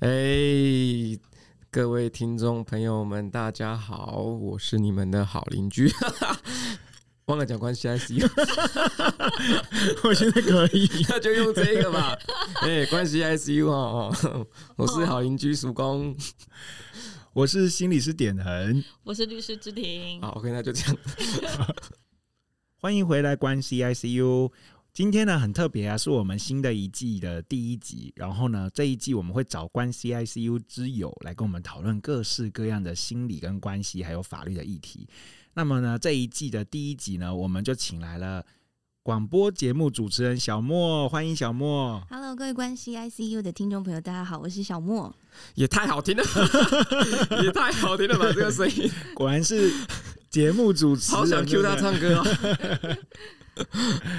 哎、各位听众朋友们，大家好，我是你们的好邻居。 忘了讲关系 ICU， 我觉得可以。那就用这个 吧。哎、关系 ICU 哦，哦我是好邻居曙光。我是心理师点恒，我是律师之庭。好，OK，那就这样。欢迎回来关 CICU。今天呢很特别啊，是我们新的一季的第一集。然后呢，这一季我们会找关 CICU 之友来跟我们讨论各式各样的心理跟关系还有法律的议题。那么呢，这一季的第一集呢，我们就请来了广播节目主持人小莫，欢迎小莫。 Hello，各位关系 ICU 的听众朋友，大家好，我是小莫。也太好 听了，也太好听了吧！这个声音，果然是节目主持人， 好想 Q 他对不唱对歌哦。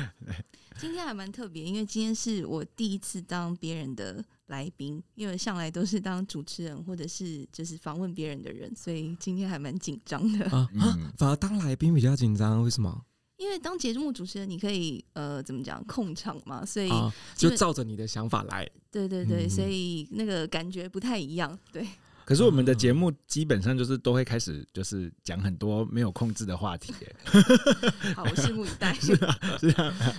今天还蛮特别，因为今天是我第一次当别人的来宾，因为向来都是当主持人或者是就是访问别人的人，所以今天还蛮紧张的。 啊嗯反而当来宾比较紧张，为什么？因为当节目主持人，你可以呃怎么讲控场嘛，所以、啊，基就本照着你的想法来。对对对，嗯所以那个感觉不太一样。对，可是我们的节目基本上就是都会开始就是讲很多没有控制的话题耶， 啊好，我拭目以待。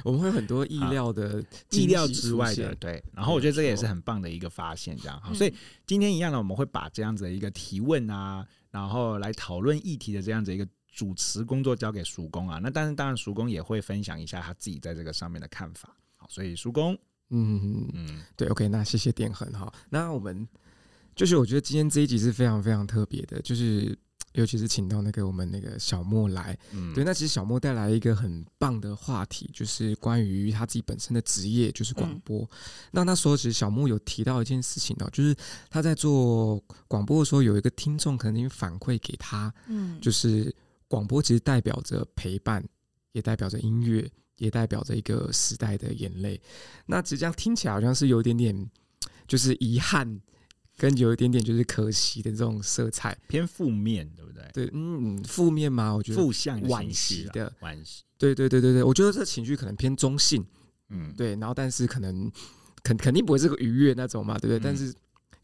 我们会有很多意料的惊喜意料之外出的现。对。然后我觉得这个也是没错很棒的一个发现，这样好。嗯所以今天一样呢，我们会把这样子的一个提问啊，然后来讨论议题的这样子一个主持工作交给叔公啊。那但是当然，叔公也会分享一下他自己在这个上面的看法。好，所以叔公，嗯，嗯，对，OK，那谢谢点恒哈。那我们就是我觉得今天这一集是非常非常特别的，就是尤其是请到那个我们那个小莫来，嗯对，那其实小莫带来一个很棒的话题，就是关于他自己本身的职业，就是广播。那那时候其实小莫有提到一件事情哦，就是他在做广播的时候，有一个听众可能反馈给他，嗯，就是广播其实代表着陪伴，也代表着音乐，也代表着一个时代的眼泪。那其实这样听起来好像是有一点点，就是遗憾，跟有一点点就是可惜的这种色彩。偏负面，对不对？对，嗯，嗯负面嘛，我觉得，负向的情绪啊惋惜啦的惋惜，对对对对对，我觉得这情绪可能偏中性，嗯，对，然后但是可能肯肯定不会是个愉悦那种嘛，对不对？嗯但是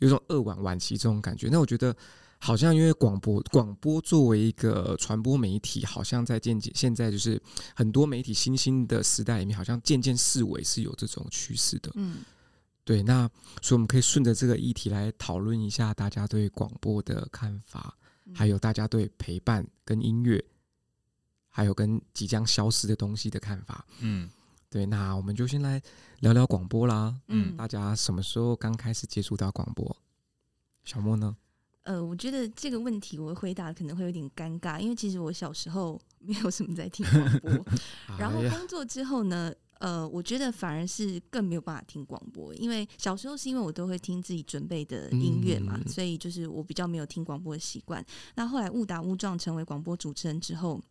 有一种扼腕惋惜这种感觉。那我觉得好像因为广播广播作为一个传播媒体，好像在渐渐现在就是很多媒体新兴的时代里面，好像渐渐视为是有这种趋势的。嗯，对，那所以我们可以顺着这个议题来讨论一下大家对广播的看法，嗯还有大家对陪伴跟音乐，还有跟即将消失的东西的看法。嗯对，那我们就先来聊聊广播啦。嗯大家什么时候刚开始接触到广播？小莫呢？呃，我觉得这个问题我回答可能会有点尴尬，因为其实我小时候没有什么在听广播，然后哎呀工作之后呢，呃，我觉得反而是更没有办法听广播，因为小时候是因为我都会听自己准备的音乐嘛，嗯所以就是我比较没有听广播的习惯。那后来误打误撞成为广播主持人之后。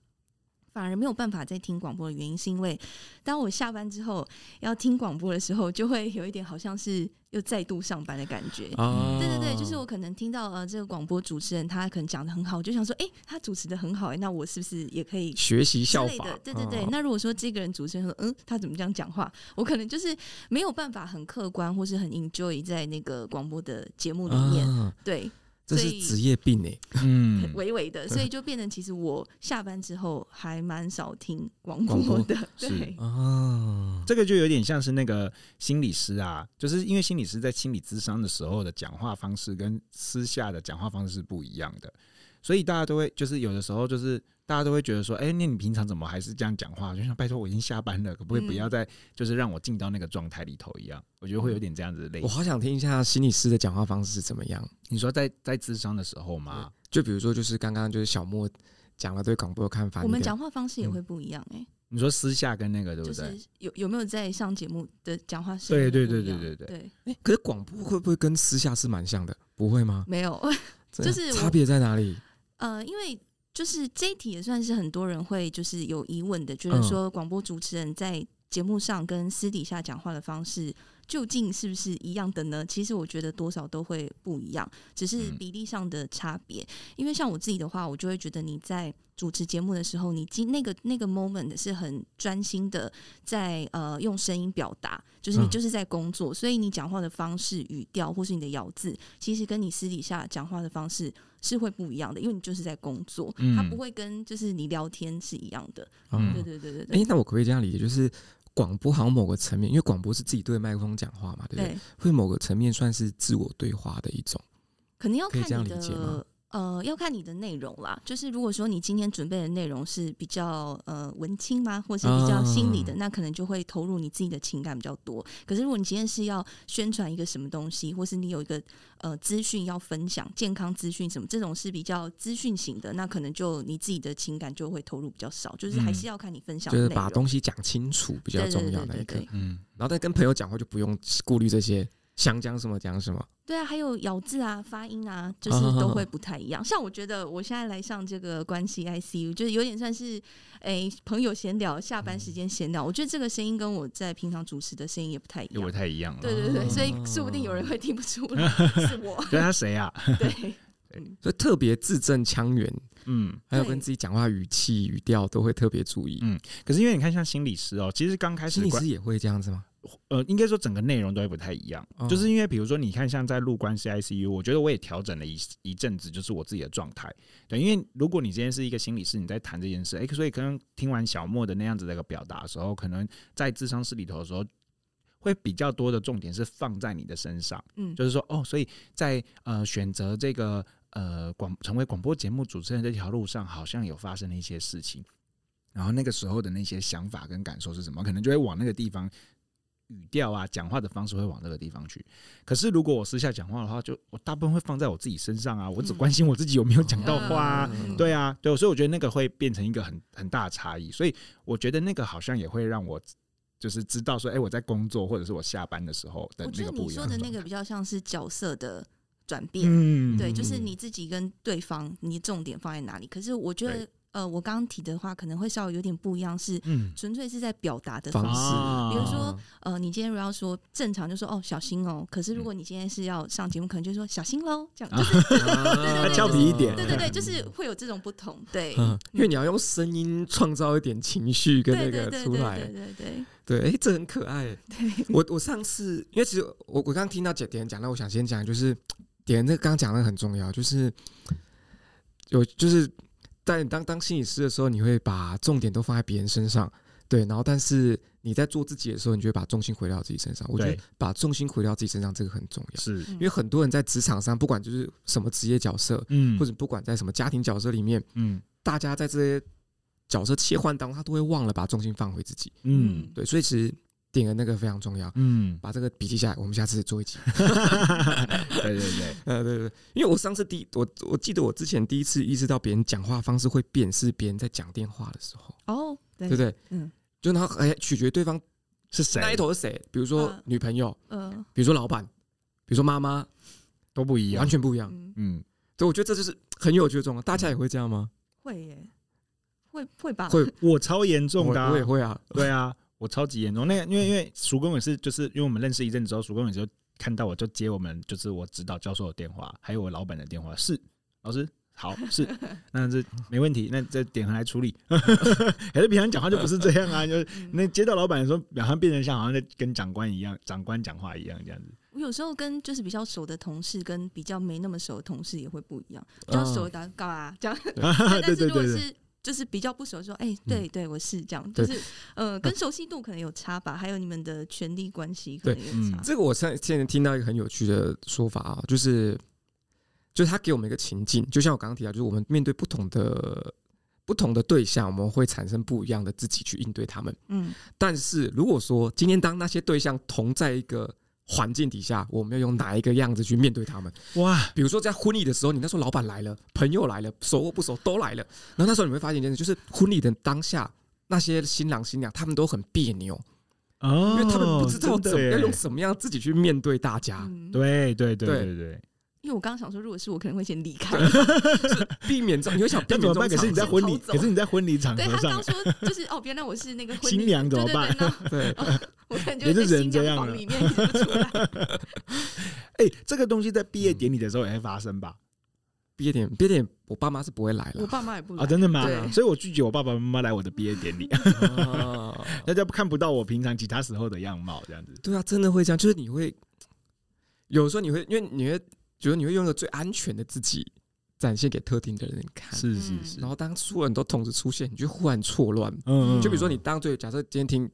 反而没有办法再听广播的原因，是因为当我下班之后要听广播的时候，就会有一点好像是又再度上班的感觉。啊对对对，嗯就是我可能听到呃这个广播主持人他可能讲的很好，我就想说，哎、他主持的很好、诶那我是不是也可以学习之效类法的，，对对哦对。嗯那如果说这个人主持人说，嗯，他怎么这样讲话，我可能就是没有办法很客观或是很 enjoy 在那个广播的节目里面，啊，对，这所是以职业病哎、嗯， 微微的，所以就变成其实我下班之后还蛮少听广广播播的，是对，啊，这个就有点像是那个心理师啊，就是因为心理师在心理咨商的时候的讲话方式跟私下的讲话方式是不一样的，所以大家都会就是有的时候就是大家都会觉得说，哎、那你平常怎么还是这样讲话？就像拜托我已经下班了，可不可以嗯不要再就是让我进哎到那个状态里头一样？我觉得会哎有点这样子的类我型。好想听一下心理师的讲话方式是怎么样。你说在在咨商的时候嘛，就比如说，就是刚刚就是小莫讲了对广播的看法，我你们可讲话方式也嗯会不一样、诶，你说私下跟那个对哎，不就对？是有有没有在上节目的讲话是对对不一对样对对对对，哎可是广播会不会跟私下是蛮像的？不会吗？没有。真的就是我差别在哪里？呃，因为就是这一题也算是很多人会就是有疑问的，觉得嗯说广播主持人在节目上跟私底下讲话的方式究竟是不是一样的呢？其实我觉得多少都会不一样，只是嗯比例上的差别。因为像我自己的话，我就会觉得你在主持节目的时候，你经那个那个 moment 是很专心的在呃用声音表达，就是你嗯就是在工作，所以你讲话的方式、语调或是你的咬字，其实跟你私底下讲话的方式是会不一样的，因为你就是在工作，它嗯不会跟就是你聊天是一样的。嗯对对对对对哎、，那我可不可以这样理解，就是广播好像某个层面，因为广播是自己对麦克风讲话嘛，对不对？对，会某个层面算是自我对话的一种。可能要可以这看样你理解吗的。呃，要看你的内容啦。就是如果说你今天准备的内容是比较呃文青吗，或是比较心理的，啊那可能就会投入你自己的情感比较多。可是如果你今天是要宣传一个什么东西，或是你有一个呃资讯要分享，健康资讯什么这种是比较资讯型的，那可能就你自己的情感就会投入比较少。就是还是要看你分享嗯就的是内容。把东西讲清楚比较对对重对要对那一刻对。嗯，然后但跟朋友讲话就不用顾虑这些，想讲什么讲什么。对啊，还有咬字啊、发音啊，就是都会不太一样。像我觉得我现在来上这个关系 ICU，就是有点算是诶、朋友闲聊，下班时间闲聊。我觉得这个声音跟我在平常主持的声音也不太一又不样。太一样了。对对对，哦所以说不定有人会听不出来是我。对他谁啊？对所以特别字正腔圆，嗯，还有对跟自己讲话语气、语调都会特别注意嗯。可是因为你看，像心理师哦，其实刚开始心理关师也会这样子吗？呃，应该说整个内容都会不太一样，哦就是因为比如说，你看像在录关系 ICU，我觉得我也调整了一一阵子，就是我自己的状态。对，因为如果你今天是一个心理师，你在谈这件事，哎、所以可能听完小莫的那样子的一个表达的时候，可能在智商室里头的时候，会比较多的重点是放在你的身上，嗯，就是说，哦，所以在呃选择这个呃广成为广播节目主持人这条路上，好像有发生了一些事情。然后那个时候的那些想法跟感受是什么，可能就会往那个地方语调啊、讲话的方式会往那个地方去。可是如果我私下讲话的话，就我大部分会放在我自己身上啊，我只嗯关心我自 己有没有讲到话啊。嗯对啊，对，所以我觉得那个会变成一个很很大的差异，所以我觉得那个好像也会让我就是知道说，哎、我在工作或者是我下班的时候的我那觉个得不你一说样的状态。那个比较像是角色的转变。嗯对，嗯就是你自己跟对方，你重点放在哪里？可是我觉得对，呃，我刚刚提的话可能会稍微有点不一样，是嗯，啊纯粹是在表达的方方式。式，比如说呃，你今天如果要说正常，就说哦小心哦。可是嗯如果你今天是要上节目，可能就说小心喽，这 样。就是啊 对俏皮一点对对对，就是会有这种不同。对， 嗯，因为你要用声音创造一点情绪跟那对对个对出对来，对对对，对，哎、这很可爱。我我上次，因为其实我我刚刚听到姐点讲到，我想先讲就是点那刚刚讲的很重要，就是有就是在你当当心理师的时候，你会把重点都放在别人身上，对，然后但是你在做自己的时候，你就会把重心回到自己身上。我觉得对把重心回到自己身上这个很重要，是，嗯因为嗯很多人在职场上，不管就是什么职业角色，嗯或者不管在什么家庭角色里面，嗯大家在这些角色切换当中，他都会忘了把重心放回自己。嗯对，所以其实点的那个非常重要，嗯，把这个笔记下来，我们下次做一集。 对对对，呃，对对，对因为我上次第一我我记得我之前第一次意识到别人讲话方式会变，是别人在讲电话的时候，哦，对对不对？嗯，就然后哎，取决对方是谁那一头是谁，比如说嗯女朋友，呃，比如说老板，比如说妈妈，都不一样完，全不一样。嗯，嗯，对，我觉得这就是很有趣的状况。大家也会这样吗？会耶，会会吧？会，我超严重的啊、我我也会啊。对啊，我超级严重。那个，因为因为曙光也是，就是因为我们认识一阵子之后，曙光也就看到我就接我们就是我指导教授的电话，还有我老板的电话，是老师。好是，那这没问题，那这点上来处理。 可是平常讲话就不是这样啊，就是嗯那接到老板的时候，好像变成像好像在跟长官一样，长官讲话一样这样子。我有时候跟就是比较熟的同事，跟比较没那么熟的同事也会不一样。比较嗯熟的打干嘛 这样？但但是如果是就是比较不熟，说哎，对对，我是这样，就对是呃，跟熟悉度可能有差吧，还有你们的权力关系可能对嗯有差。这个我上现在听到一个很有趣的说法啊，就是就是他给我们一个情境，就像我刚刚提到，就是我们面对不同的不同的对象，我们会产生不一样的自己去应对他们。嗯，但是如果说今天当那些对象同在一个环境底下，我们要用哪一个样子去面对他们？哇，比如说在婚礼的时候，你那时候老板来了，朋友来了，熟或不熟都来了，然后那时候你会发现一件事，就是婚礼的当下。那些新郎新娘他们都很别扭，哦因为他们不知道怎么真的耶要用什么样自己去面对大家。嗯对对对对对对，因为我刚刚想说，如果是我，可能会先离开。避免这种，你 会想避那免怎这种么办？可是场你在景。婚礼，先逃走可是你在婚礼场 对合他上刚，说就是哦，原来我是那个 婚礼新娘怎么办对对对那对，我感觉也是在人新这娘样房了里面也不出来。 哎，这个东西在毕业典礼的时候也会发生吧？毕业典毕业典礼，我爸妈是不会来我了。爸妈也不啊，来真的吗？对所以我拒绝我爸爸妈妈来我的毕业典礼， 啊大家看不到我平常其他时候的样貌，这样子。 对啊，真的会这样，就是你会有时候你会，因为你会觉得你会用一个最安全的自己展现给特定的人看，嗯是是是是是，然后当所有人都同时出现，你就忽然错乱。嗯就比如说你当最假设今天听，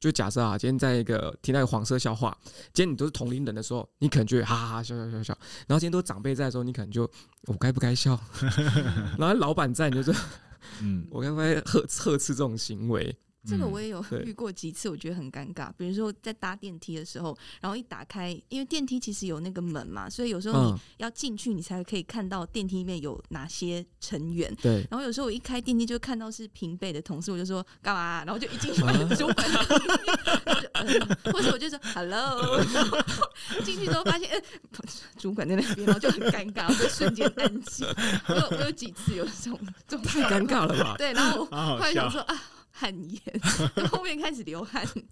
就假设啊，今天在一个听到一个黄色笑话，今天你都是同龄人的时候，你可能就会哈哈哈笑笑笑笑，然后今天都长辈在的时候，你可能就我该不该笑， 然后老板在你就说嗯，我该不该呵呵斥这种行为，这个我也有对遇过几次，我觉得很尴尬。比如说在搭电梯的时候，然后一打开，因为电梯其实有那个门嘛，所以有时候你嗯，要进去，你才可以看到电梯里面有哪些成员。对。然后有时候我一开电梯就看到是平辈的同事，我就说干嘛啊、然后就一进去啊发现主管，我就呃 或者我就说 hello，然 后进去之后发现、呃、主管在那边，然后就很尴尬，我就瞬间安静。我有我有几次有这种这种太尴尬了吧！对，然后我好好后来想笑，说啊，汗颜， 然后后面开始流汗，对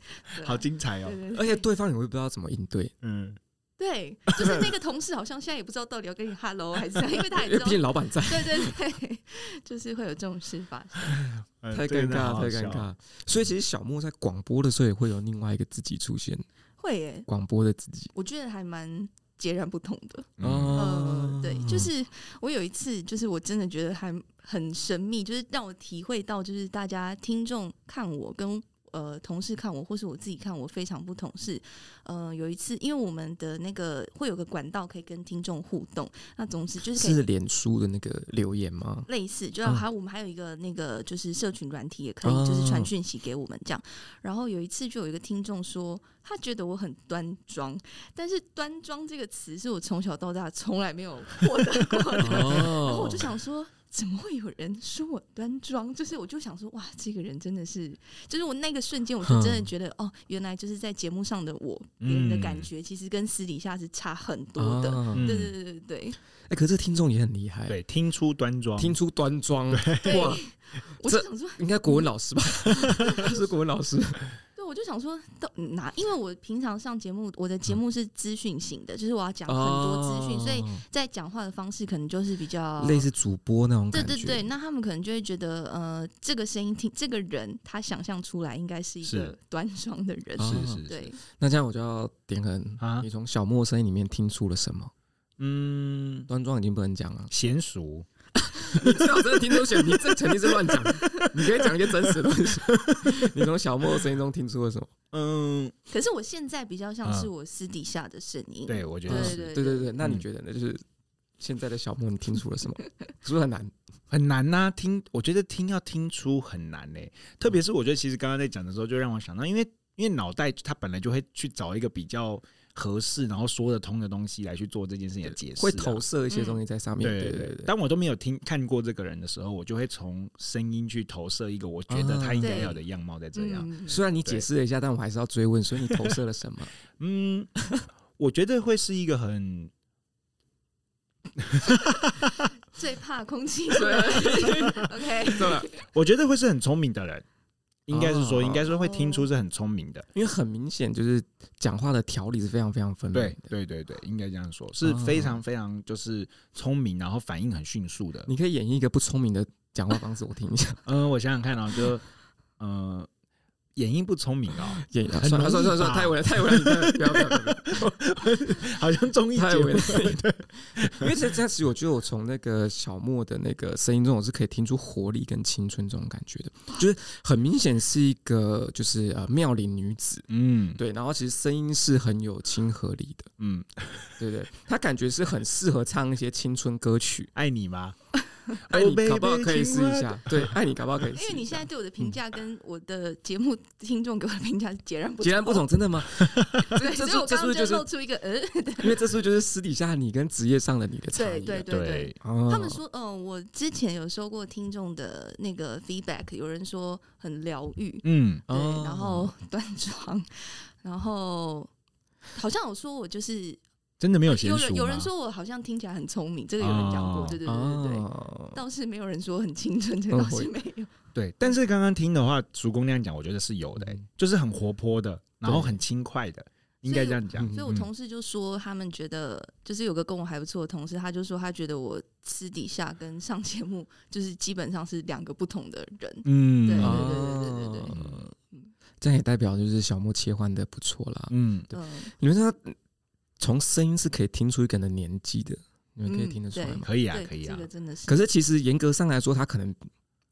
啊好精彩对哦，对对，而且对方你会不知道怎么应对，嗯，对，就是那个同事好像现在也不知道到底要跟你 hello 还是 怎样，因为他因也知为道毕，竟老板在，对对对， 就是会有这种事发生，呃太这尴个真的好尬，好太尴笑尬。所以其实小莫在广播的时候也会有另外一个自己出现，会耶，广播的自己。我觉得还蛮。截然不同的，嗯哦呃，，对，就是我有一次，就是我真的觉得还很神秘，就是让我体会到，就是大家听众看我跟呃同事看我，或是我自己看我非常不同是，呃，有一次，因为我们的那个会有个管道可以跟听众互动，那总之就是可以是脸书的那个留言吗？类似，就嗯像还有我们还有一个那个就是社群软体也可以，哦就是传讯息给我们这样。然后有一次就有一个听众说，他觉得我很端庄，但是“端庄”这个词是我从小到大从来没有获得过的。 然后 哦我就想说，怎么会有人说我端庄？就是我就想说，哇，这个人真的是，就是我那个瞬间，我就真的嗯觉得，哦，原来就是在节目上的我，别人的感觉其实跟私底下是差很多的。啊嗯对对对对对哎，可是听众也很厉害，对，听出端庄，听出端庄，对哇，我就这想说，应该国文老师吧？ 是国文老师，对，我就想说，到哪？因为我平常上节目，我的节目是资讯型的，就是我要讲很多资讯，所以以在讲话的方式可能就是比较哦类。似主播那种对感觉。对对，那他们可能就会觉得，呃，这个声音听，这个人他想象出来应该是一个 是端庄的人，哦是是是，对，那这样我就要点很啊，你从小莫声音里面听出了什么？嗯，，端庄已经不能讲了娴熟，你 最好真的听出选，你这肯定是乱讲， 你可以讲一些真实的东西。你从小莫的声音中听出了什么？嗯，可是我现在比较像嗯是我私底下的声音，对，我觉对得对是对对对，那你嗯觉得呢？就是现在的小莫，你听出了什么？是不是很难？很难呐、听，我觉得听要听出很难呢、特别是我觉得其实刚刚在讲的时候，就让我想到，因为因为脑袋它本来就会去找一个比较合适，然后说得通的东西来去做这件事情的解释、啊，会投射一些东西在上面。对对对对对，嗯对，当我都没有听看过这个人的时候，我就会从声音去投射一个我觉得嗯他应该要有的样貌在这样。嗯，虽然你解释了一下，但我还是要追问，所以你投射了什么？嗯， 我觉得会是一个很最怕空气对 ，OK，对啊吧，我觉得会是很聪明的人，应该是说，哦应该说会听出是很聪明的。因为很明显就是讲话的条理是非常非常分明嗯对哦的。对对对，应该这样说，是非常非常就是聪明，然后反应很迅速的。你可以演绎一个不聪明的讲话方式，我听 一下。嗯，我想想看啊，就嗯，演绎不聪明 哦，演绎啊很算了算容易了算了，吧太危了太危了，不要不要不要，好像综艺太节危目了。 对， 因为这这样子，我觉得我从那个小莫的那个声音中，我是可以听出活力跟青春这种感觉的，就是很明显是一个就是呃妙龄女子。嗯对，然后其实声音是很有亲和力的，嗯，对对，他感觉是很适合唱一些青春歌曲。 爱你吗？爱你 Oh, 搞不好 baby，可以试一亲下，对，爱你搞不好可以试一因下。为你现在对我的嗯评价跟我的节目听众给我的评价是截然不截然不同，真的吗？对，这所以我这刚是不刚是就就是露出一个呃，因为这是不是就是私底下你跟职业上的你的差对异、啊？对对对，哦，他们说，嗯、我之前有收过听众的那个 feedback，有人说很疗愈，嗯对，哦 然后端庄，然后好像有说我就是真的没有娴有熟人有人吗说我好像听起来很聪明，这个有人讲过，哦对对对对对。哦，倒是没有人说很青春，这个倒是没有。对，但是刚刚听的话，叔公那样讲，我觉得是有的、嗯就是很活泼的，然后对很轻快的，应该这样讲。嗯所以我同事就说，他们觉得就是有个跟我还不错的同事，他就说他觉得我私底下跟上节目就是基本上是两个不同的人。嗯，对对嗯对对对对对哦这样也代表就是小莫切换的不错啦。嗯，对嗯，你们他从声音是可以听出一个人的年纪的，你们可以听得出来嗯吗？可以啊对，，可以啊这个，真的是。可是其实严格上来说，他可能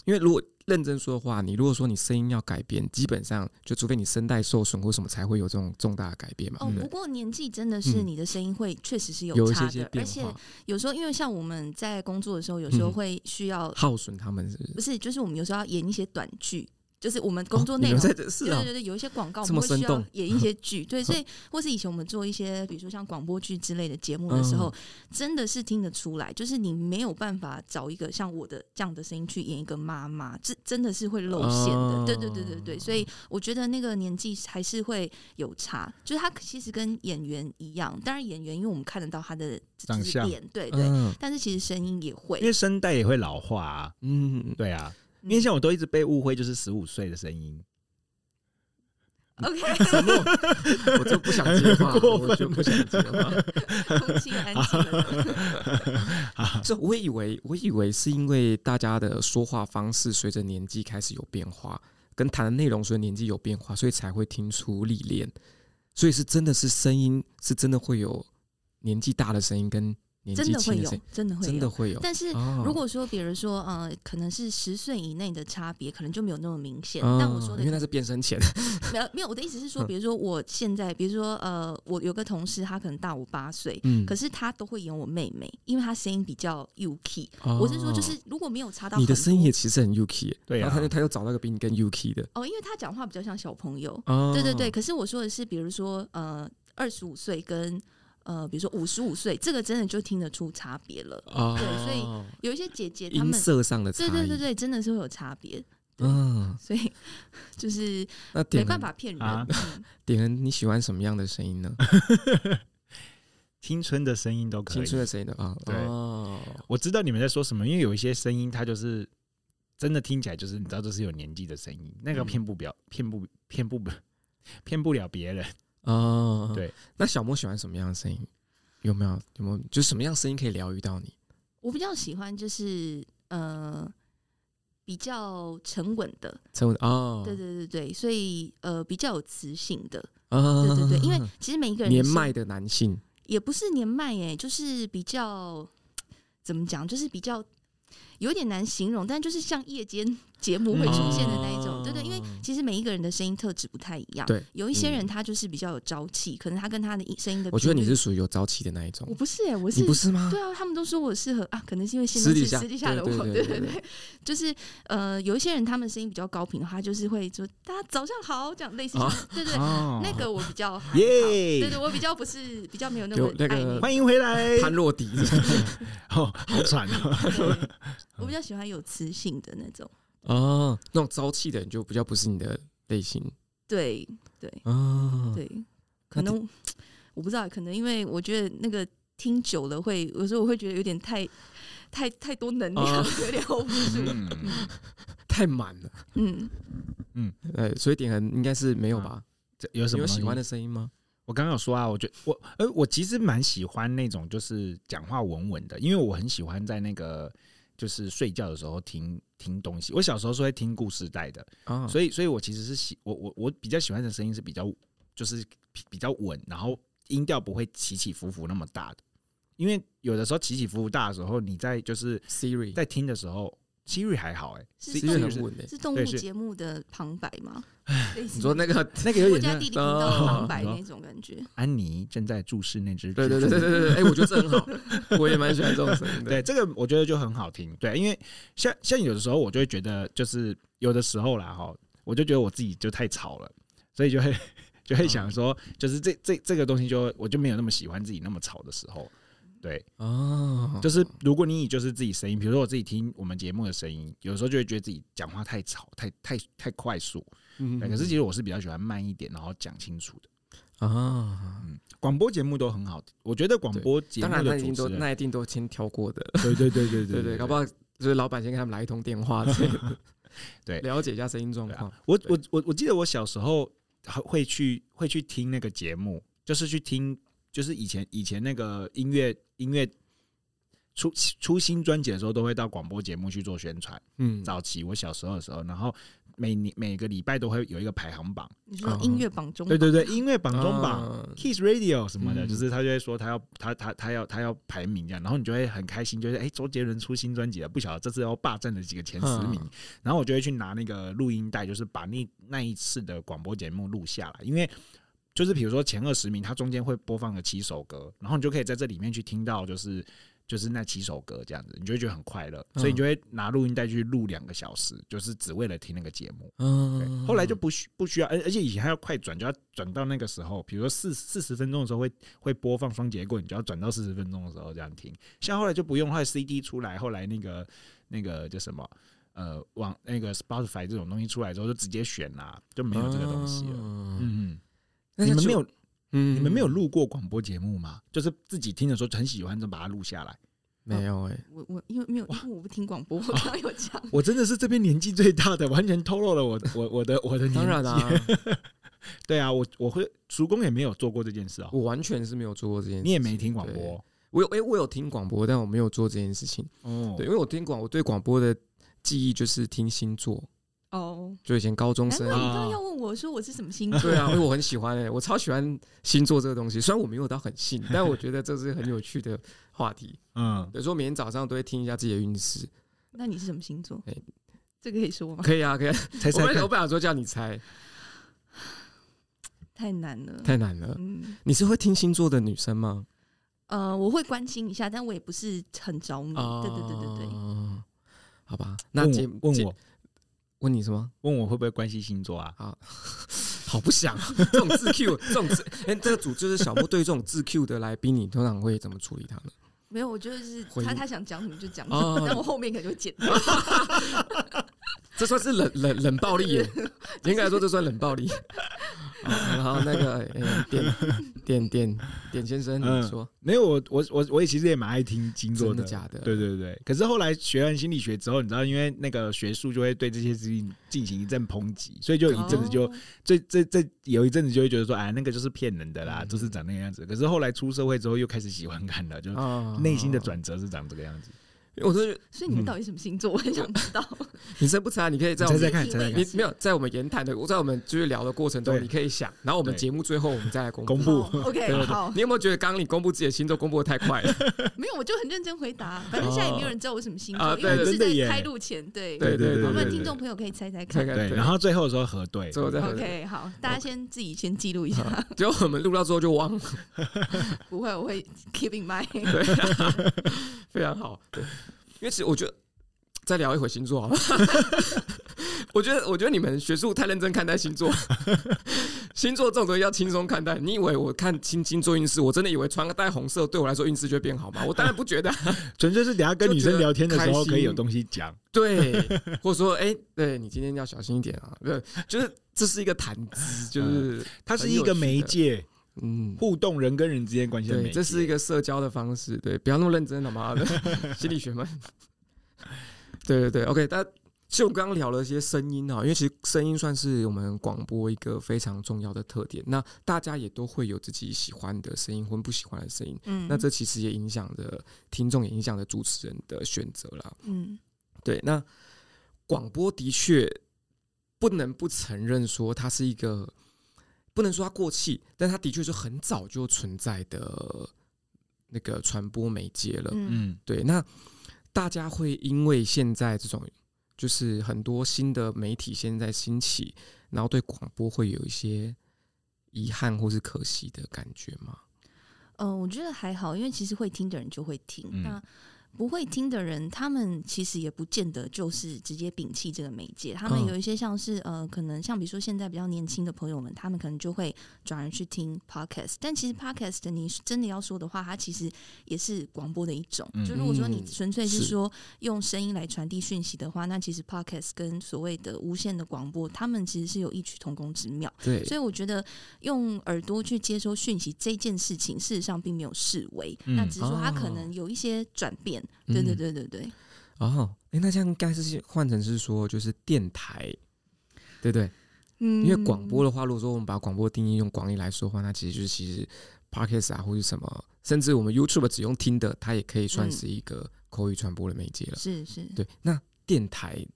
因为如果认真说的话，你如果说你声音要改变，基本上就除非你声带受损或什么，才会有这种重大的改变嘛。哦对，不不对过年纪真的是嗯你的声音会确实是有一些差的，些而变且化，有时候因为像我们在工作的时候，有时候嗯会需要耗损他们是不是？不是，就是我们有时候要演一些短剧，就是我们工作哦内你容们在这是对啊对，对，有一些广告我这么们会需生要动演一些剧， 对，所以或是以前我们做一些，比如说像广播剧之类的节目的时候，嗯真的是听得出来，就是你没有办法找一个像我的这样的声音去演一个妈妈，这真的是会露馅的。哦对对对对对，所以我觉得那个年纪还是会有差，就是他其实跟演员一样，当然演员因为我们看得到他的长就是相脸，对对，嗯但是其实声音也会因， 为声带也会老化啊。嗯，对啊，嗯因为像我都一直被误会就是十五岁的声音， OK，我就不想接话，过分我就不想接话。 空气安静了。这我以为，我以为是因为大家的说话方式随着年纪开始有变化，跟谈的内容随着年纪有变化，所以才会听出历练。所以是真的是声音，是真的会有年纪大的声音跟年 真纪的会轻的有声音，，真的会真的有。会有。但是哦如果说，比如说，呃，可能是十岁以内的差别，可能就没有那么明显。嗯但我说的因为那可是变声前，能没有没有，我的意思是说，嗯比如说我现在，比如说，呃，我有个同事，他可能大我八岁。嗯可是他都会演我妹妹，因为她声音比较 U k 哦我是说，就是如果没有差到你的很声音多也其实很 UK，对啊然后他就他又找到一个比你更 UK 的，哦，因为他讲话比较像小朋友。哦对对对，，可是我说的是，比如说呃，二十五岁跟呃，比如说五十五岁，这个真的就听得出差别了。哦，对所以有一些姐姐她音们，色上的差对异，对对对，真的是会有差别。对嗯，所以 就是那没点办恩，法骗人。啊嗯点恩，你喜欢什么样的声音呢？ 青春的声音都可青以。春的声音的啊，对哦，我知道你们在说什么，因为有一些声音它就是真的听起来就是你知道这是有年纪的声音，那个嗯骗不了，骗不骗不骗不了别人。哦，对。那小莫喜欢什么样的声音？有没有？有没有？就是什么样的声音可以疗愈到你？我比较喜欢就是呃比较沉稳的，成为哦，对对对对，所以呃比较有磁性的，啊，对对对，因为其实每一个人年是迈的男性，也不是年迈哎、就是比较怎么讲，就是比较。有点难形容，但就是像夜间节目会出现的那一嗯种，对对，因为其实每一个人的声音特质不太一样，对有一些嗯人他就是比较有朝气，可能他跟他的声音的，我觉得你是，属于有朝气的那一种我，不是哎、我你不是吗？对啊，他们都说我适合啊，可能是因为现在私底是下私底下的我，对对对对对对，就是呃，有一些人他们声音比较高频的话，就是会说大家早上好，这样类似像，对对，哦那个我比较还好，耶对对，我比较不是比较没有那有么那个 爱你，欢迎回来，潘若 迪，哦，好喘哦。对我比较喜欢有磁性的那种， 哦，那种朝气的你就比较不是你的类型对啊。对，可能我不知道，可能因为我觉得那个听久了会，有时候我会觉得有点太太太多能量哦，有点 hold 不住，嗯太满了，嗯，呃，所以点恒应该是没有吧？这有什你有么喜欢的？的声音吗？我刚刚有说啊，我觉得我呃，我其实蛮喜欢那种就是讲话稳稳的，因为我很喜欢在那个就是睡觉的时候听听东西。我小时候是会听故事带的，啊，所以所以我其实是喜我我我比较喜欢的声音是比较就是比比较稳，然后音调不会起起伏伏那么大的。因为有的时候起起伏伏大的时候，你在就是以 Siri 在听的时候，Siri 还好哎、是 Siri- 动 Siri 物很稳的。是动物对是节目的旁白吗？类似你说那个那个有国点家像地理频道哦啊的 旁白那种感觉，安妮正在注视那只对对蜘对蛛对对对，哎、我觉得这很好， 我也蛮喜欢这种声音的。对，这个我觉得就很好听。对，因为像像有的时候我就会觉得，就是有的时候啦哈，我就觉得我自己就太吵了，所以就会就会想说，就是这这这个东西就我就没有那么喜欢自己那么吵的时候。对，哦，就是如果你以就是自己声音，比如说我自己听我们节目的声音，有时候就会觉得自己讲话太吵、太太太快速。嗯对，可是其实我是比较喜欢慢一点，然后讲清楚的。啊。广播节目都很好，我觉得广播节当目然，那的一定主都持人，那一定都先挑过的，对对 对对对对，搞不好就是老板先给他们来一通电话之类的， 对了解一下声音状对况啊。我我我我记得我小时候还会去会去听那个节目，就是去听，就是以前以前那个音乐音乐出出新专辑的时候，都会到广播节目去做宣传。嗯，早期我小时候的时候，然后每年每个礼拜都会有一个排行榜，你说嗯音乐榜中对对对，音乐榜中榜。啊 Kiss Radio 什么的，嗯就是他就会说他要他他他要他要排名这样，然后你就会很开心，就是哎、周杰伦出新专辑了，不晓得这次要霸占了几个前十名，嗯然后我就会去拿那个录音带，就是把那那一次的广播节目录下来，因为。就是比如说前二十名，它中间会播放个七首歌，然后你就可以在这里面去听到，就是就是那七首歌这样子，你就会觉得很快乐，所以你就会拿录音带去录两个小时，就是只为了听那个节目。对嗯，后来就不需不需要，而而且以前还要快转，就要转到那个时候，比如说四四十分钟的时候会会播放双节棍，你就要转到四十分钟的时候这样听。像后来就不用，后来 CD 出来，后来那个那个叫什么呃网那个 Spotify 这种东西出来之后，就直接选啦、就没有这个东西了。嗯，嗯，那你就们没有嗯，你们没有录过广播节目吗？就是自己听的时候很喜欢，就把它录下来。没有 哎、我我因为没有，因为我不听广播，我刚刚有讲，我真的是这边年纪最大的，完全透露了我我我的我的年纪。当然啦、 对啊，我我会叔公也没有做过这件事哦。我完全是没有做过这件事。你也没听广对播我有哎、我有听广播，但我没有做这件事情。哦对，因为我听广，我对广播的记忆就是听星座，哦，就以前高中难怪生你。刚啊刚要问我说我是什么星座，对啊，因为我很喜欢哎、我超喜欢星座这个东西。虽然我没有到很信，但我觉得这是很有趣的话题。嗯，对，所以我每天早上都会听一下自己的运势。那你是什么星座哎？这个可以说吗？可以啊，可以啊、猜我猜本来我看，本来想说叫你猜，太难了，太难了。嗯，你是会听星座的女生吗？呃，我会关心一下，但我也不是很着迷，嗯对对对对对，哦好吧，那问节我问节我问你什么？问我会不会关心星座啊？啊，好不想、 啊、这种自 Q，这种自哎、这个组就是小莫对于这种自 Q 的来宾，你通常会怎么处理他呢？没有，我觉得是回他他想讲什么就讲什哦么，但我后面可能就会剪掉，这算是冷冷冷暴力耶，严格来说这算冷暴力。好，然后那个、哎点点点点先生，嗯你说、没有，我我我我也其实也蛮爱听星座真的的。假的？对对对，可是后来学完心理学之后，你知道，因为那个学术就会对这些事情进行一阵抨击，所以就有一阵子就哦这这这有一阵子就会觉得说，哎，那个就是骗人的啦，嗯就是长那个样子。可是后来出社会之后，又开始喜欢看了，就啊内心的，转折是长这个样子。我都觉得所以你们嗯到底什么星座？我很想知道。你真不猜，你可以在我猜们猜看，猜猜看你，没有在我们言谈的，在我们就是聊的过程中，对你可以想，然后我们对节目最后我们再来公布。公布哦对对 OK，对好，你有没有觉得刚刚你公布自己的星座公布的太快了？ 没有，我就很认真回答。啊反正现在也没有人知道我什么星啊座，因对为我是真的耶在开录前，对对对对对我们对听众朋友可以猜猜看看。看，对，然后最后的时候核对，最后再核对 OK，好，大家先自己先记录一下，结果我们录到之后就忘了，不会，我会 keep in mind。对、非常好。对，因为其实我觉得再聊一会星座好了。 我觉得，我觉得你们学术太认真看待星 座，星座这种东西要轻松看待。你以为我看星星座运势，我真的以为穿个带红色对我来说运势就会变 好吗？我当然不觉得啊。纯粹是等下跟就女觉生得聊天的时开候心可以有东西讲。对，或者说，哎、对你今天要小心一点啊。对，就是这是一个谈资，就是它是一个媒介，嗯，互动人跟人之间关系的媒对，介。这是一个社交的方式，对，不要那么认真，他妈的，心理学们。对对对，OK，但其实我们刚刚聊了一些声音哈，因为其实声音算是我们广播一个非常重要的特点。那大家也都会有自己喜欢的声音或不喜欢的声音，嗯， 那这其实也影响着听众，也影响着主持人的选择啦。嗯，对，那广播的确不能不承认说它是一个，不能说它过气，但它的确是很早就存在的那个传播媒介了。嗯嗯，对，那大家会因为现在这种就是很多新的媒体现在兴起，然后对广播会有一些遗憾或是可惜的感觉吗？呃嗯，我觉得还好，因为其实会听的人就会听。嗯那不会听的人，他们其实也不见得就是直接摒弃这个媒介，他们嗯有一些像是呃，可能像比如说现在比较年轻的朋友们，他们可能就会转而去听 podcast。但其实 podcast 你真的要说的话，它其实也是广播的一种。嗯就如果说你嗯纯粹是是说用声音来传递讯息的话，那其实 podcast 跟所谓的无线的广播，他们其实是有异曲同工之妙。对，所以我觉得用耳朵去接收讯息这件事情，事实上并没有示威，嗯那只是说它可哦能有一些转变。对对嗯对对对，哦，哎、那这样应该是换成是说，就是电台，对不对？嗯因为广播的话，如果说我们把广播定义用广义来说的话，那其实就是其实 podcast 啊，或者什么，甚至我们 YouTube 只用听的，它也可以算是一个口语传播的媒介了。嗯是是对，那电台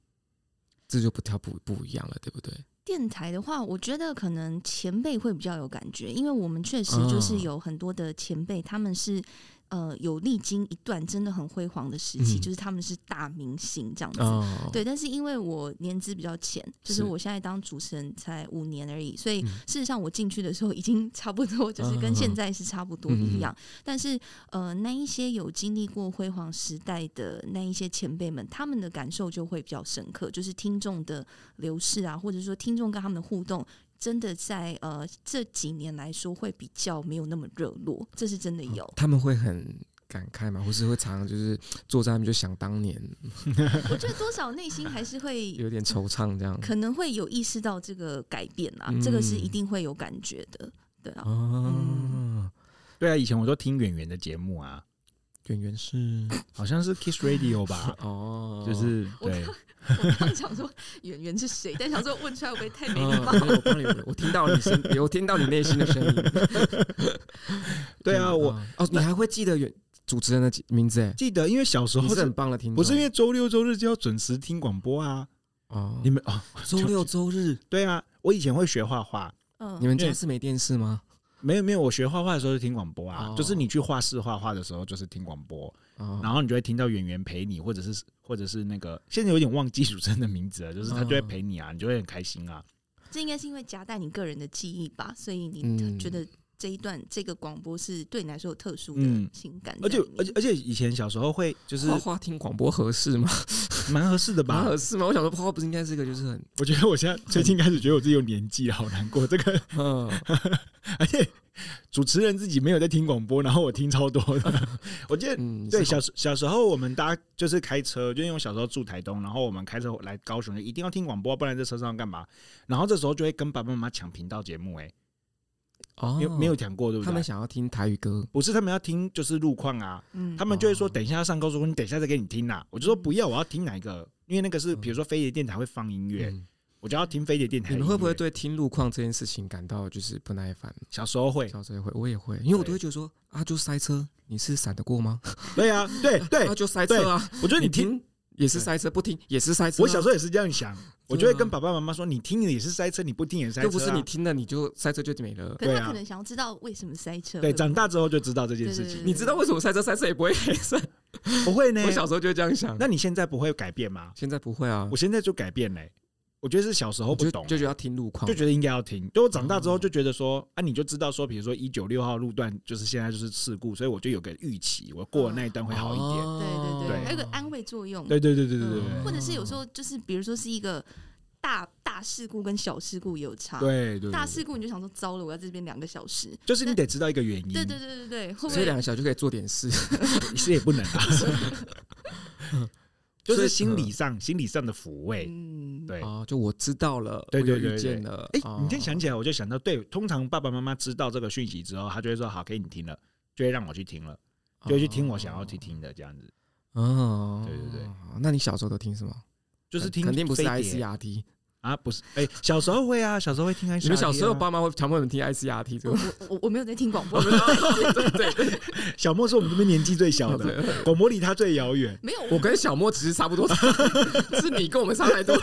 这就不太不不一样了，对不对？电台的话，我觉得可能前辈会比较有感觉，因为我们确实就是嗯有很多的前辈，他们是。呃，有历经一段真的很辉煌的时期，嗯就是他们是大明星这样子。哦，嗯对，但是因为我年资比较浅，就是是我现在当主持人才五年而已，所以嗯事实上我进去的时候已经差不多，就是跟现在是差不多一样。但是呃，那一些有经历过辉煌时代的那一些前辈们，他们的感受就会比较深刻，就是听众的流逝啊，或者说听众跟他们的互动。真的在呃这几年来说，会比较没有那么热络，这是真的 有。嗯他们会很感慨嘛，或是会常常就是坐在那边就想当年，我觉得多少内心还是会有点惆怅这样。可能会有意识到这个改变啦，嗯这个是一定会有感觉的，对啊。嗯嗯哦，对啊，以前我都听演员的节目啊，演员 是，好像是 Kiss Radio 吧 哦，就是我对，我刚刚想说演员是谁，但想说问出来会不会太没礼哦貌？对我帮你，我听到你声，我听到你内心的声音。 对啊，我哦哦，你还会记得原主持人的名字哎，记得，因为小时你候是的很棒的听众，不是因为周六周日就要准时听广播啊，哦，你们哦，周六周日对啊，我以前会学画画，嗯，你们家是没电视吗？没有没有，我学画画的时候就听广播啊，哦就是你去画室画画的时候就是听广播，然哦，后你就会听到演员陪你，或者是或者是那个现在有点忘记主持人的名字了，就是他就会陪你啊，你就会很开心啊。这应该是因为夹带你个人的记忆吧，所以你嗯觉得这一段这个广播是对你来说有特殊嗯的情感在而且里面，而且而且以前小时候会就是花花听广播合适吗？哦蛮合适的蛮吧合？适吗？我想说花花不是应该是一个就是 很我觉得我现在最近开始觉得我自己有年纪了，好难过。这个嗯而且 主持人自己没有在听广播，然后我听超多的。 我记得嗯对，是小时小时候我们搭就是开车，就因为我小时候住台东，然后我们开车来高雄，一定要听广播，不然在车上干嘛？然后这时候就会跟爸爸妈妈抢频道节目、欸，哦哎，没有没有讲过，对不他们对？想要听台语歌，不是他们要听就是路况啊，嗯他们就会说哦等一下上高速公路，你等一下再给你听啦、我就说不要，我要听哪一个？因为那个是嗯比如说飞碟电台会放音乐，嗯我就要听飞碟电台的你音乐。们会不会对听路况这件事情感到就是不耐烦？小时候会？小时候也会，我也会，因为我对都会觉得说啊，就塞车，你是闪得过吗？对啊，对 对啊，，就塞车啊，我觉得你你听听也是塞车，不听也是塞车啊。我小时候也是这样想，我就对啊会跟爸爸妈妈说：“你听的也是塞车，你不听也塞车、啊。”又不是你听了你就塞车就没了。可是对他啊可能想要知道为什么塞车，对，会不会长大之后就知道这件事对对情，对你知道为什么塞车塞车也不会黑色？不会呢我。小时候就会这样想。那你现在不会改变吗？现在不会啊我，现在就改变嘞、我觉得是小时候我不就懂、啊欸就觉得要听路况，就觉得应该要听。就我长大之后哦就觉得说，啊，你就知道说，比如说一九六号路段就是现在就是事故，所以我就有个预期，我过了那一段会好一点。哦对对对对，还有个安慰作用，对对对对对对嗯对哦或者是有时候就是比如说是一个大大事故跟小事故也有差，对对对，大对事故你就想说糟了，我要这边两个小时。就是你得知道一个原因，对对对对对，会不嗯所以两会？个小时就可以做点事。对，是也不能啊， 就是心所理以上心理上的抚慰。嗯，对，哦，就我知道了，对对我有对遇对见了。哎、哦你这样想起来，我就想到，对，通常爸爸妈妈知道这个讯息之后，他就会说好给你听了，就会让我去听了，就会去听我想要去。听的这样子，哦，对对对。那你小时候都听什么？就是听肯定不是飞碟 ICRT。啊，不是，哎、小时候会啊，小时啊候会听 I 你们小时候爸妈会强迫你们听 ICRT 这我个？我我我没有在听广 播，小莫是我们这边年纪最 小的，广播离他最遥远。没有，我跟小莫其实差不多， 是你跟我们差太多。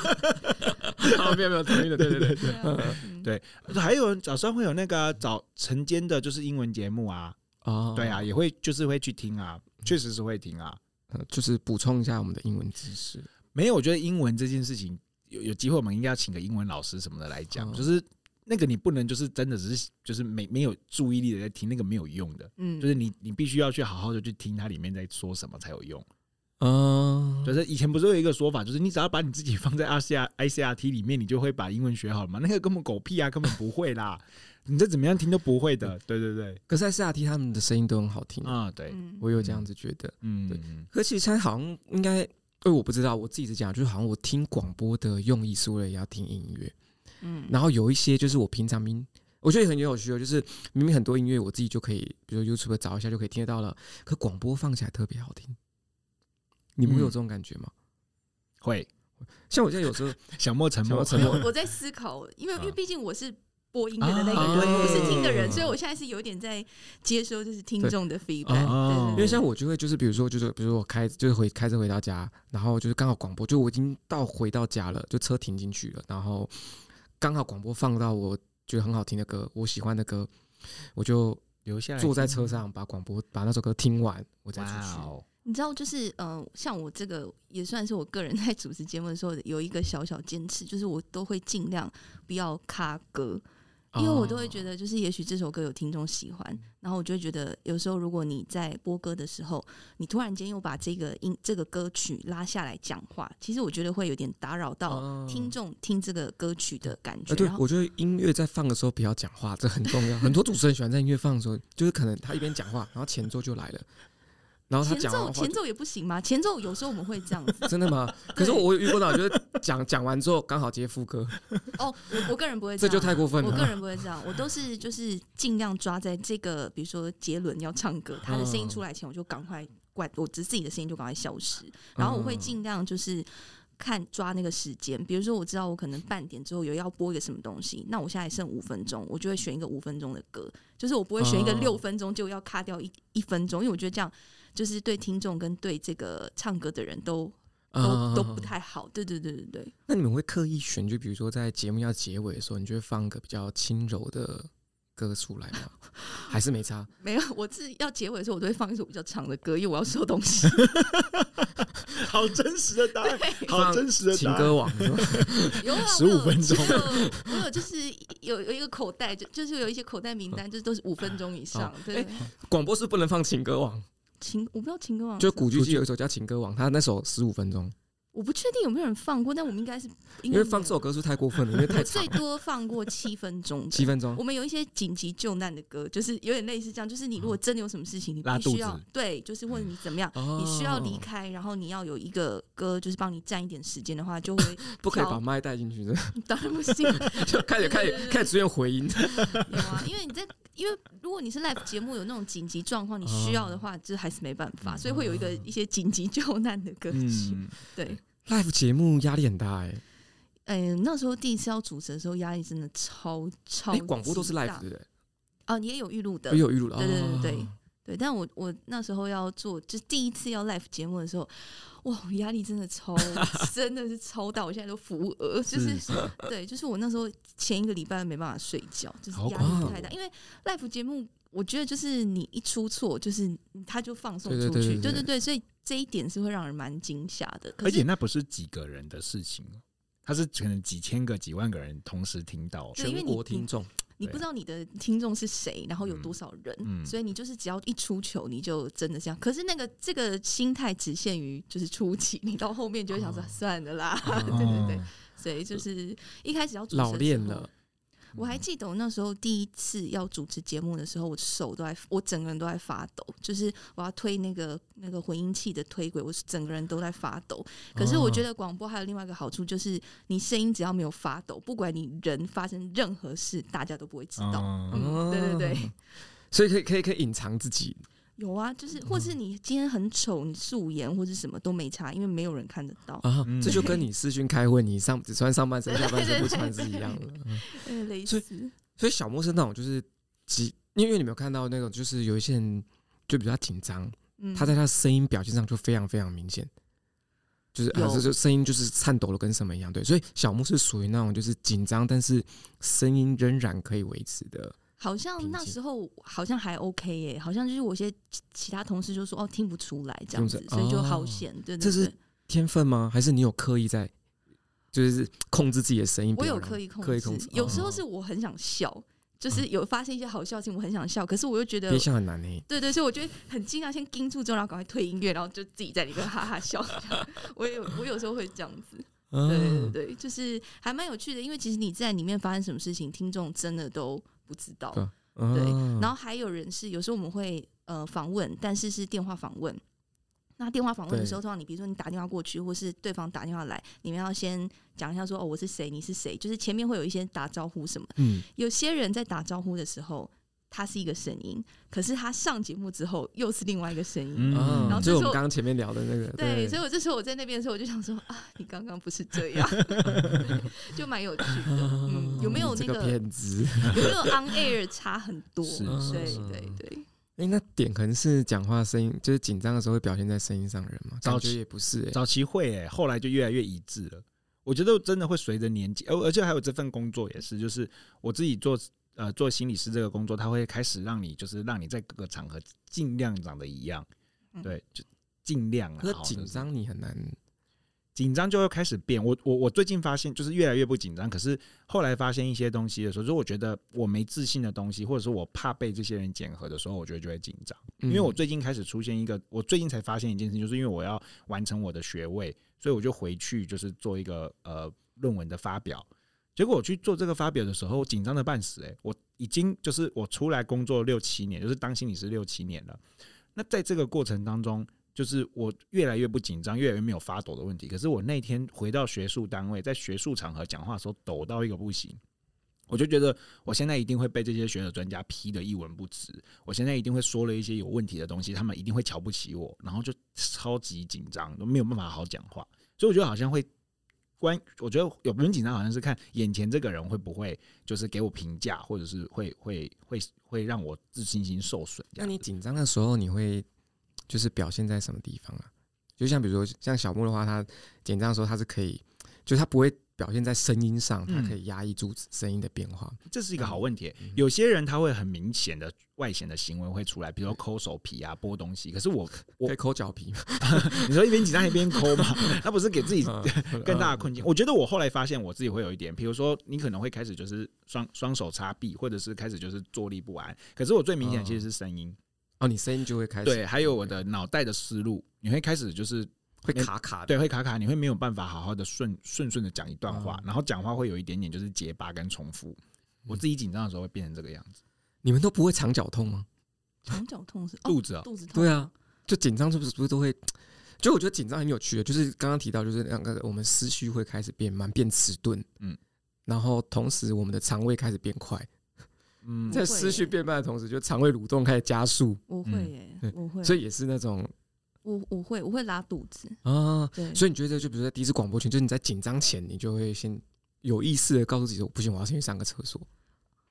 好，没有没有，同意的，对对对。对啊 嗯对，还有早上会有那个啊早晨间的，就是英文节目啊，哦对啊，也会就是会去听啊，确实是会听啊。呃就是补充一下我们的英文知识。没有，我觉得英文这件事情有有机会，我们应该要请个英文老师什么的来讲，哦就是那个你不能就是真的只是就是没没有注意力的在听，那个没有用的，嗯，就是你你必须要去好好的去听它里面在说什么才有用。嗯，就是以前不是有一个说法，就是你只要把你自己放在 R C R I C R T 里面，你就会把英文学好了嘛？那个根本狗屁啊，根本不会啦！你这怎么样听都不会的。对对对，可是 S R T 他们的声音都很好听，啊对，嗯，我有这样子觉得。嗯，对嗯可其实他好像应该，呃，我不知道，我自己是讲，就是好像我听广播的用意是为了要听音乐，嗯，然后有一些就是我平常明，我觉得很有趣哦，就是明明很多音乐我自己就可以，比如说 YouTube 找一下就可以听得到了，可广播放起来特别好听。你们会有嗯这种感觉吗？会像我现在有时候，小莫沉默小没莫有沉默我在思考，因为因为啊毕竟我是播音乐的那个人，嗯啊我不是听的人，所以对我现在是有点在接收就是听众的 feedback，哦对因对为对像我就会就是比如说就是比如说我开就是回开车回到家，然后就是刚好广播，就我已经到回到家了，就车停进去了，然后刚好广播放到我觉得很好听的歌，我喜欢的歌，我就 留下来坐在车上把广播把那首歌听完，我再听。出哇去。哦，你知道，就是呃，像我这个也算是我个人在主持节目的时候有一个小小坚持，就是我都会尽量不要卡歌，因为我都会觉得，得，就是也许这首歌有听众喜嗯欢，然后我就会觉得，有时候如果你在播歌的时候，你突然间又把这个音这个歌曲拉下来讲话，其实我觉得会有点打扰到哦听众听这个歌曲的感觉。啊，对然，后我觉得音乐在放的时候不要讲话，这很重要。很多主持人喜欢在音乐放的时候，就是可能他一边讲话，然后前奏就来了，然后他前讲完奏话前奏也不行吗？前奏有时候我们会这样子真的吗？可是我有遇过到，就是讲讲完之后刚好接副歌，哦，我我个人不会这样就太过分我个了。人不会这样，我都是就是尽量抓在这个，比如说杰伦要唱歌，他的声嗯音出来前，我就赶快关，我只自己的声音就赶快消失，啊然后我嗯会尽量就是。看抓那个时间，比如说我知道我可能半点之后有要播一个什么东西，那我现在剩五分钟，我就会选一个五分钟的歌，就是我不会选一个嗯哦六分钟就要卡掉一一分钟，因为我觉得这样就是对听众跟对这个唱歌的人都嗯都、啊都不。太好。对对对对对，那你们会刻意选，就比如说在节目要结尾的时候，你就会放个比较轻柔的歌出来吗？还是没差？没有，我是要结尾的时候，我都会放一首比较长的歌，因为我要收 东西。好真实的答案，好放真实的情答案歌。王是吧 有啊， 15我有分钟我有我有就是有有一个口袋，就就是有一些口袋名单，就是都是五分钟以上。对，哎广播是不能放情歌王，情我不知道情歌王，就古巨基有一首叫《情歌王》，他那首十五分钟，我不确定有没有人放过，但我们应该是应因该为放这首歌是太过分了，因为没太有我 长最了，多放过七分钟七吧。分钟我。们有一些紧急救难的歌，就是有点类似这样，就是你如果真的有什么事情，你拉必须肚要子对，就是问你怎么样，哦你需要离，开，然后你要有一个歌，就是帮你占一点时间的话，就会不可以把挑麦带进去，这当然不行， 就开始开始开始出现回音。有啊，因为你在，因为如果你是 live 节目有那种紧急状况，你需哦要的话，就还是没办嗯法，所以会有一个一些紧急救难的歌曲。嗯，对， live 节目压力很大哎、嗯、那时候第一次要主持的时候，压力真的超超你级大。广播都是 live 对不对？啊，你也有预录的也。有预录了，对对对对哦对，但我我那时候要做，就是第一次要 live 节目的时候，哇，我压力真 的超，真的是超大，我现在都扶额，就是嗯对，就是我那时候前一个礼拜没办法睡觉，就是好压恐力怖太大，因为 live 节目，我觉得就是你一出错，就是他就放送对对出去，对对对对所以这一点是会让人蛮惊吓的。可而且是那不是几个人的事情，他是可能几千个、几万个人同时听到。对因为全你国听众你不知道你的听众是谁，然后有嗯多少人，嗯所以你就是只要一出糗，你就真的这样。可是那个这个心态只限于就是初期，你到后面就会想说、哦算了啦， 哦对对对哦，。所以就是一开始要主持的老练时候了，嗯我还记得我那时候第一次要主持节目的时候，我手都在，我整个人都在发抖，就是我要推那个那个回音器的推轨，我是整个人都在发抖。可是我哦觉得广播还有另外一个好处，就是你声音只要没有发抖，不管你人发生任何事，大家都不会知道。嗯嗯，对对对，所以可以可以可以隐藏自己，有啊，就是或是你今天很丑，你素颜或是什么都没差，因为没有人看得到。啊嗯，这就跟你视讯开会，你上只穿上半身，对下半身不对对穿是一 对样的。嗯呃，类所似以所以小莫是那种就是急，因为你没有看到那种，就是有一些人就比较紧张，嗯他在他声音表现上就非常非常明显，就是啊，有这就声音就是颤抖的跟什么一样。对，所以小莫是属于那种就是紧张，但是声音仍然可以维持的。好像平那静时候好像还 OK 耶、好像就是我一些其其他同事就说哦听不出来这听样不子出，来所以就好哦险。对对这是对天分吗？还是你有刻意在，就是控制自己的声音？我有不要让刻意控刻意制，控制有时候哦是我很想笑。就是有发生一些好笑的事情，我很想笑，可是我又觉得憋。笑很难欸呢。对对，所以我觉得很惊讶，先盯住之后，然后赶快退音乐，然后就自己在里面哈哈笑。 这样我也有，我有时候会这样子。嗯对对对对，就是还蛮有趣的，因为其实你在里面发生什么事情，听众真的都不知道。对对嗯，然后还有人是有时候我们会呃访问，但是是电话访问。那电话访问的时候，通常你比如说你打电话过去，或是对方打电话来，你们要先讲一下说哦我是谁，你是谁，就是前面会有一些打招呼什么。嗯，有些人在打招呼的时候，他是一个声音，可是他上节目之后又是另外一个声音。嗯啊，后就是这我时们候刚刚前面聊的那个，对，对，所以我这时候我在那边的时候，我就想说啊，你刚刚不是这样， 就蛮有趣的。嗯，有没有这那个个骗子？有没有 on air 差很多？是对是对对，哎，那点可能是讲话声音，就是紧张的时候会表现在声音上的人嘛？早感期觉也不是欸，早期会、欸，后来就越来越一致了。我觉得真的会随着年纪，而而且还有这份工作也是，就是我自己做呃做心理师这个工作，它会开始让你就是让你在各个场合尽量长得一样，嗯对，就尽量啊。可哦是紧，就是张你很难，紧张就会开始变。我我我最近发现就是越来越不紧张，可是后来发现一些东西的时候，如果我觉得我没自信的东西，或者说我怕被这些人检核的时候，我觉得就会紧张。因为我嗯最近开始出现一个，我最近才发现一件事情，就是因为我要完成我的学位，所以我就回去就是做一个呃论文的发表。结果我去做这个发表的时候，我紧张的半死、欸。我已经就是我出来工作六七年，就是当心理师六七年了。那在这个过程当中，就是我越来越不紧张，越来越没有发抖的问题。可是我那天回到学术单位，在学术场合讲话的时候，抖到一个不行。我就觉得我现在一定会被这些学者专家批得一文不值，我现在一定会说了一些有问题的东西，他们一定会瞧不起我，然后就超级紧张，都没有办法好好讲话。所以我觉得好像会关，我觉得有不用紧张，好像是看眼前这个人会不会就是给我评价，或者是会会会会让我自信心受损这那样子。你紧张的时候，你会就是表现在什么地方啊？就像比如说，像小莫的话，他紧张的时候，他是可以，就是他不会表现在声音上，他嗯可以压抑住声音的变化。这是一个好问题嗯。有些人他会很明显的外显的行为会出来，比如说抠手皮啊、剥东西。可是我，我可以抠脚皮吗，你说一边紧张一边抠 嘛，那不是给自己 更大的困境。境。我觉得我后来发现我自己会有一点，比如说你可能会开始就是双双手插臂，或者是开始就是坐立不安。可是我最明显其实是声音， 哦，你声音就会开始嗯对，还有我的脑袋的思路，你会开始就是会卡卡的。对会卡卡，你会没有办法好好的顺顺顺的讲一段话，嗯然后讲话会有一点点就是结巴跟重复。我自己紧张的时候会变成这个样子，你们都不会肠绞痛吗？肠绞痛是哦，肚子哦，肚子痛。对啊，就紧张是不是不是都会？就我觉得紧张很有趣的，就是刚刚提到，就是那个我们思绪会开始变慢、变迟钝，嗯嗯，然后同时我们的肠胃开始变快，嗯，在思绪变慢的同时，就肠胃蠕动开始加速，我会耶、嗯对我会，所以也是那种我我会我会拉肚子，啊，对，所以你觉得，就比如在第一次广播圈，就是你在紧张前，你就会先有意识的告诉自己说，不行，我要先去上个厕所。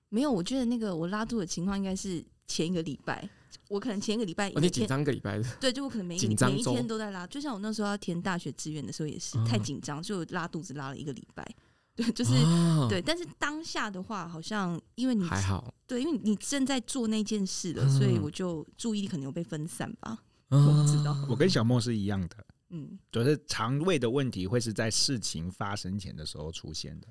没有，我觉得那个我拉肚子的情况应该是前一个礼拜，我可能前一个礼拜哦，每你紧天，张一个礼拜的，对，就我可能每一紧个张每一周天都在拉，就像我那时候要填大学志愿的时候也是、嗯哦太紧张，就拉肚子拉了一个礼拜，对，就是、啊对，但是当下的话，好像因为你还好，对，因为你正在做那件事了，嗯所以我就注意力可能有被分散吧，我我知道我跟小莫是一样的。嗯，就是肠胃的问题会是在事情发生前的时候出现的，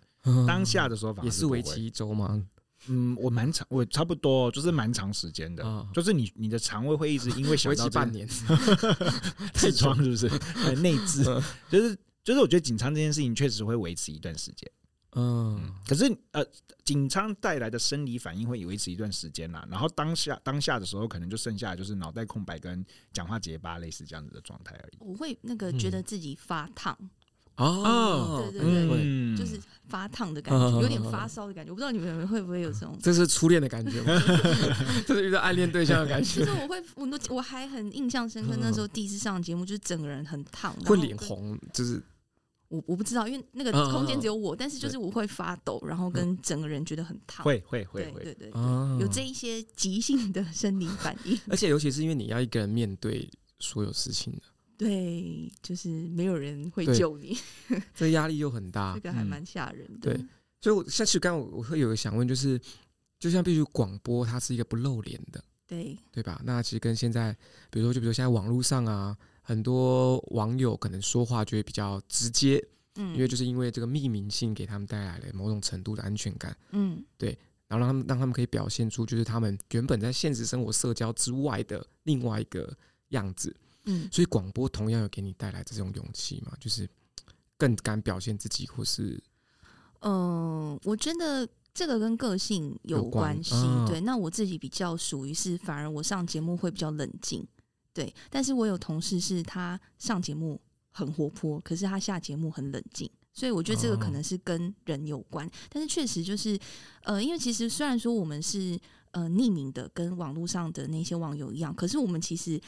当下的时候反而嗯也是为不会期一周吗？嗯，我蛮长，我差不多就是蛮长时间的，啊就是你你的肠胃会一直因为想为到期 这半年，痔疮是不是呃 内痔，嗯就是就是我觉得紧张这件事情确实会维持一段时间，嗯，可是呃紧张带来的生理反应会维持一段时间啦，然后当下当下的时候可能就剩下就是脑袋空白跟讲话结巴类似这样子的状态而已，我会那个嗯觉得自己发烫，哦，对对对会嗯就是发烫的感嗯嗯嗯觉，嗯有点发烧的感觉，我不知道你们会不会有这种这是初恋的感 觉吗？ 这是遇到暗恋对象的感其觉实，我会，我都我还很印象深刻，那时候第一次上节目，就是整个人很烫，然后会脸跟。红，就是我我不知道，因为那个嗯嗯嗯嗯空间只有我，但是就是我会发抖，然后跟整个人觉得很烫。会会会对会，对对，啊有这一些急性的生理反应。而且尤其是因为你要一个人面对所有事情的，对，就是没有人会对救你，这压力又很大这，个还蛮吓人的。对所以我下去刚刚我我会有个想问，就是就像必须广播，它是一个不露脸的，对对吧？那其实跟现在，比如说就比如现在网络上啊，很多网友可能说话就会比较直接，嗯，因为就是因为这个匿名性给他们带来了某种程度的安全感。嗯，然后让他们让他们可以表现出就是他们原本在现实生活社交之外的另外一个样子。嗯所以广播同样有给你带来这种勇气嘛，就是更敢表现自己，或是呃，我觉得这个跟个性有有关关系。啊对，那我自己比较属于是，反而我上节目会比较冷静。对，但是我有同事是他上节目很活泼，可是他下节目很冷静。所以我觉得这个可哦能是跟人有关，但是确实就是，呃，因为其实虽然说我们是呃匿名的，跟网络上的那些网友一样，可是我们其实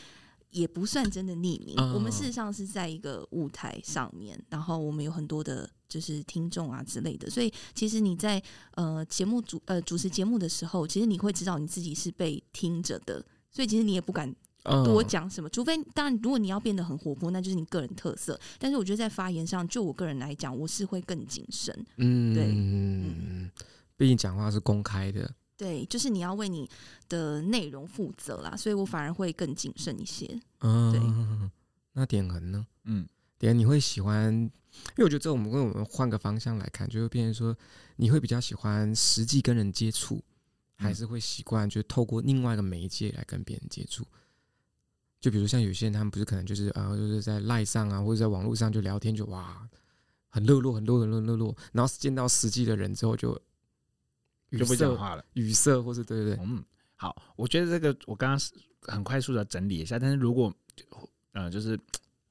也不算真的匿名，嗯我们事实上是在一个舞台上面，然后我们有很多的就是听众啊之类的，所以其实你在呃节目主呃主持节目的时候，其实你会知道你自己是被听着的，所以其实你也不敢嗯多讲什么，除非当然，如果你要变得很活泼，那就是你个人特色。但是我觉得在发言上，就我个人来讲，我是会更谨慎。嗯对嗯，毕竟讲话是公开的，对，就是你要为你的内容负责啦，所以我反而会更谨慎一些。嗯，对那点恒呢？嗯，点恒你会喜欢，因为我觉得这我们跟我们换个方向来看，就会变成说，你会比较喜欢实际跟人接触，还嗯是会习惯就是透过另外一个媒介来跟别人接触？就比如像有些人，他们不是可能就是啊、呃就是在赖上啊，或者在网络上就聊天就，哇，很热络，很热络，很热络，然后见到实际的人之后就语就不讲塞，话了。语塞，或是对对对，嗯，好，我觉得这个我刚刚是很快速的整理一下，但是如果呃，就是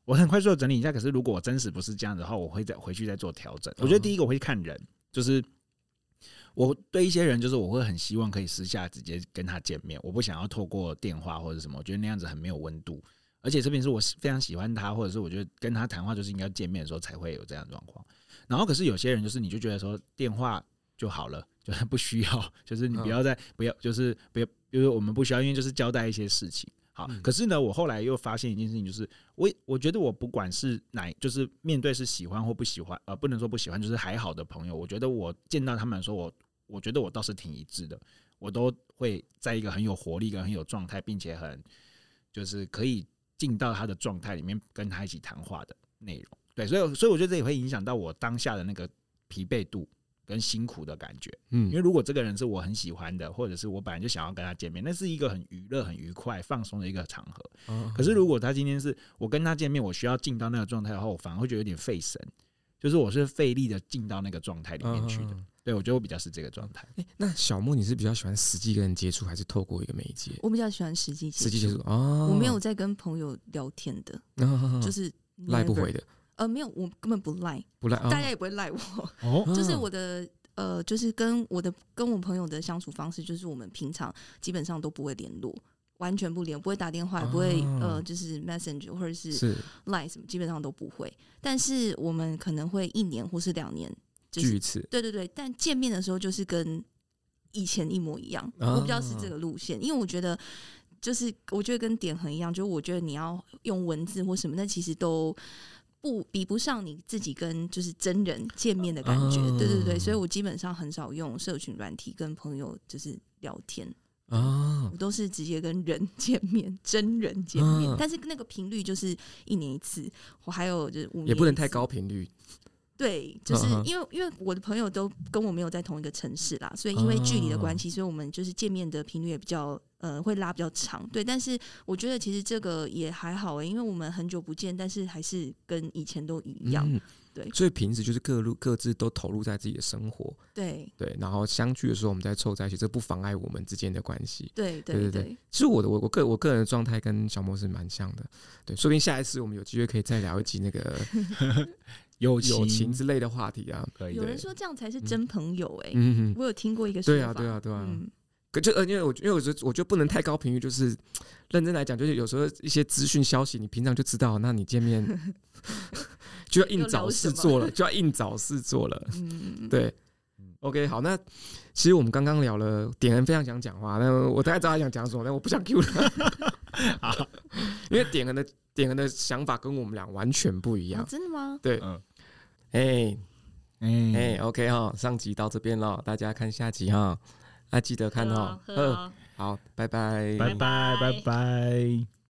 我很快速的整理一下，可是如果我真实不是这样子的话，我会再回去再做调整。我觉得第一个我会看人，就是我对一些人，就是我会很希望可以私下直接跟他见面，我不想要透过电话或者什么，我觉得那样子很没有温度。而且这边是我非常喜欢他，或者是我觉得跟他谈话就是应该见面的时候才会有这样的状况。然后可是有些人就是你就觉得说电话就好了，就是不需要，就是你不要再、不要，就是不要，就是我们不需要，因为就是交代一些事情。好，嗯可是呢，我后来又发现一件事情，就是我我觉得我不管是哪，就是面对是喜欢或不喜欢，呃，不能说不喜欢，就是还好的朋友，我觉得我见到他们的时候，我我觉得我倒是挺一致的，我都会在一个很有活力跟很有状态，并且很就是可以进到他的状态里面，跟他一起谈话的内容。对，所以所以我觉得这也会影响到我当下的那个疲惫度跟辛苦的感觉。嗯因为如果这个人是我很喜欢的，或者是我本来就想要跟他见面，那是一个很娱乐、很愉快、放松的一个场合。哦可是如果他今天是我跟他见面，我需要进到那个状态的话，我反而会觉得有点费神，就是我是费力的进到那个状态里面去的。嗯嗯嗯对，我觉得我比较是这个状态。诶那小莫，你是比较喜欢实际跟人接触，还是透过一个媒介？我比较喜欢实际接实际接触触，哦，我没 有在跟朋友聊天的，啊，就是是赖不 never 回的，呃，没有，我根本不赖，不赖，啊 大家也不会赖我。哦嗯 就是我的呃，就是跟我的跟我朋友的相处方式，就是我们平常基本上都不会联络，完全不联，不会打电话，也不会呃，啊就是 Messenger 或者是是 Line 什么，基本上都不会。但是我们可能会一年或是两年，就是锯齿，对对对，但见面的时候就是跟以前一模一样。啊我比较是这个路线，因为我觉得就是我觉得跟点很一样，就我觉得你要用文字或什么，那其实都不比不上你自己跟就是真人见面的感觉。啊对对对，所以我基本上很少用社群软体跟朋友就是聊天，啊我都是直接跟人 见面，真人见面。啊但是那个频率就是一年一次，我还有就是五年也不能太一次高频率，对，就是嗯嗯因为因为我的朋友都跟我没有在同一个城市啦，所以因为距离的嗯关系，所以我们就是见面的频率也比较呃会拉比较长。对，但是我觉得其实这个也还好欸诶、因为我们很久不见，但是还是跟以前都一样。嗯对所以平时就是各路各自都投入在自己的生活，对对，然后相聚的时候我们再凑在一起，这不妨碍我们之间的关系。对对对对，其实我的我我个我个人的状态跟小莫是蛮像的，对，说不定下一次我们有机会可以再聊一集那个友友情之类的话题啊，可以有的人说这样才是真朋友诶、嗯哼，我有听过一个说对法，啊对啊对啊，嗯，可就呃，因为我因为我觉得我觉得不能太高频率，就是认真来讲，就是有时候一些资讯消息你平常就知道，那你见面就要硬找事做了，就要硬找事做了。嗯， 对嗯，OK，好，那其实我们刚刚聊了，点恩非常想讲话，那我大概知道他想讲什么，但我不想 Q 了，好，因为点恩的点恩的想法跟我们俩完全不一哦样。真的吗？嗯，哎哎哎，OK 哈，上集到这边了，大家看下集哈，啊，记得看嗯喝哈哦啊，喝啊好，拜拜，拜拜拜拜。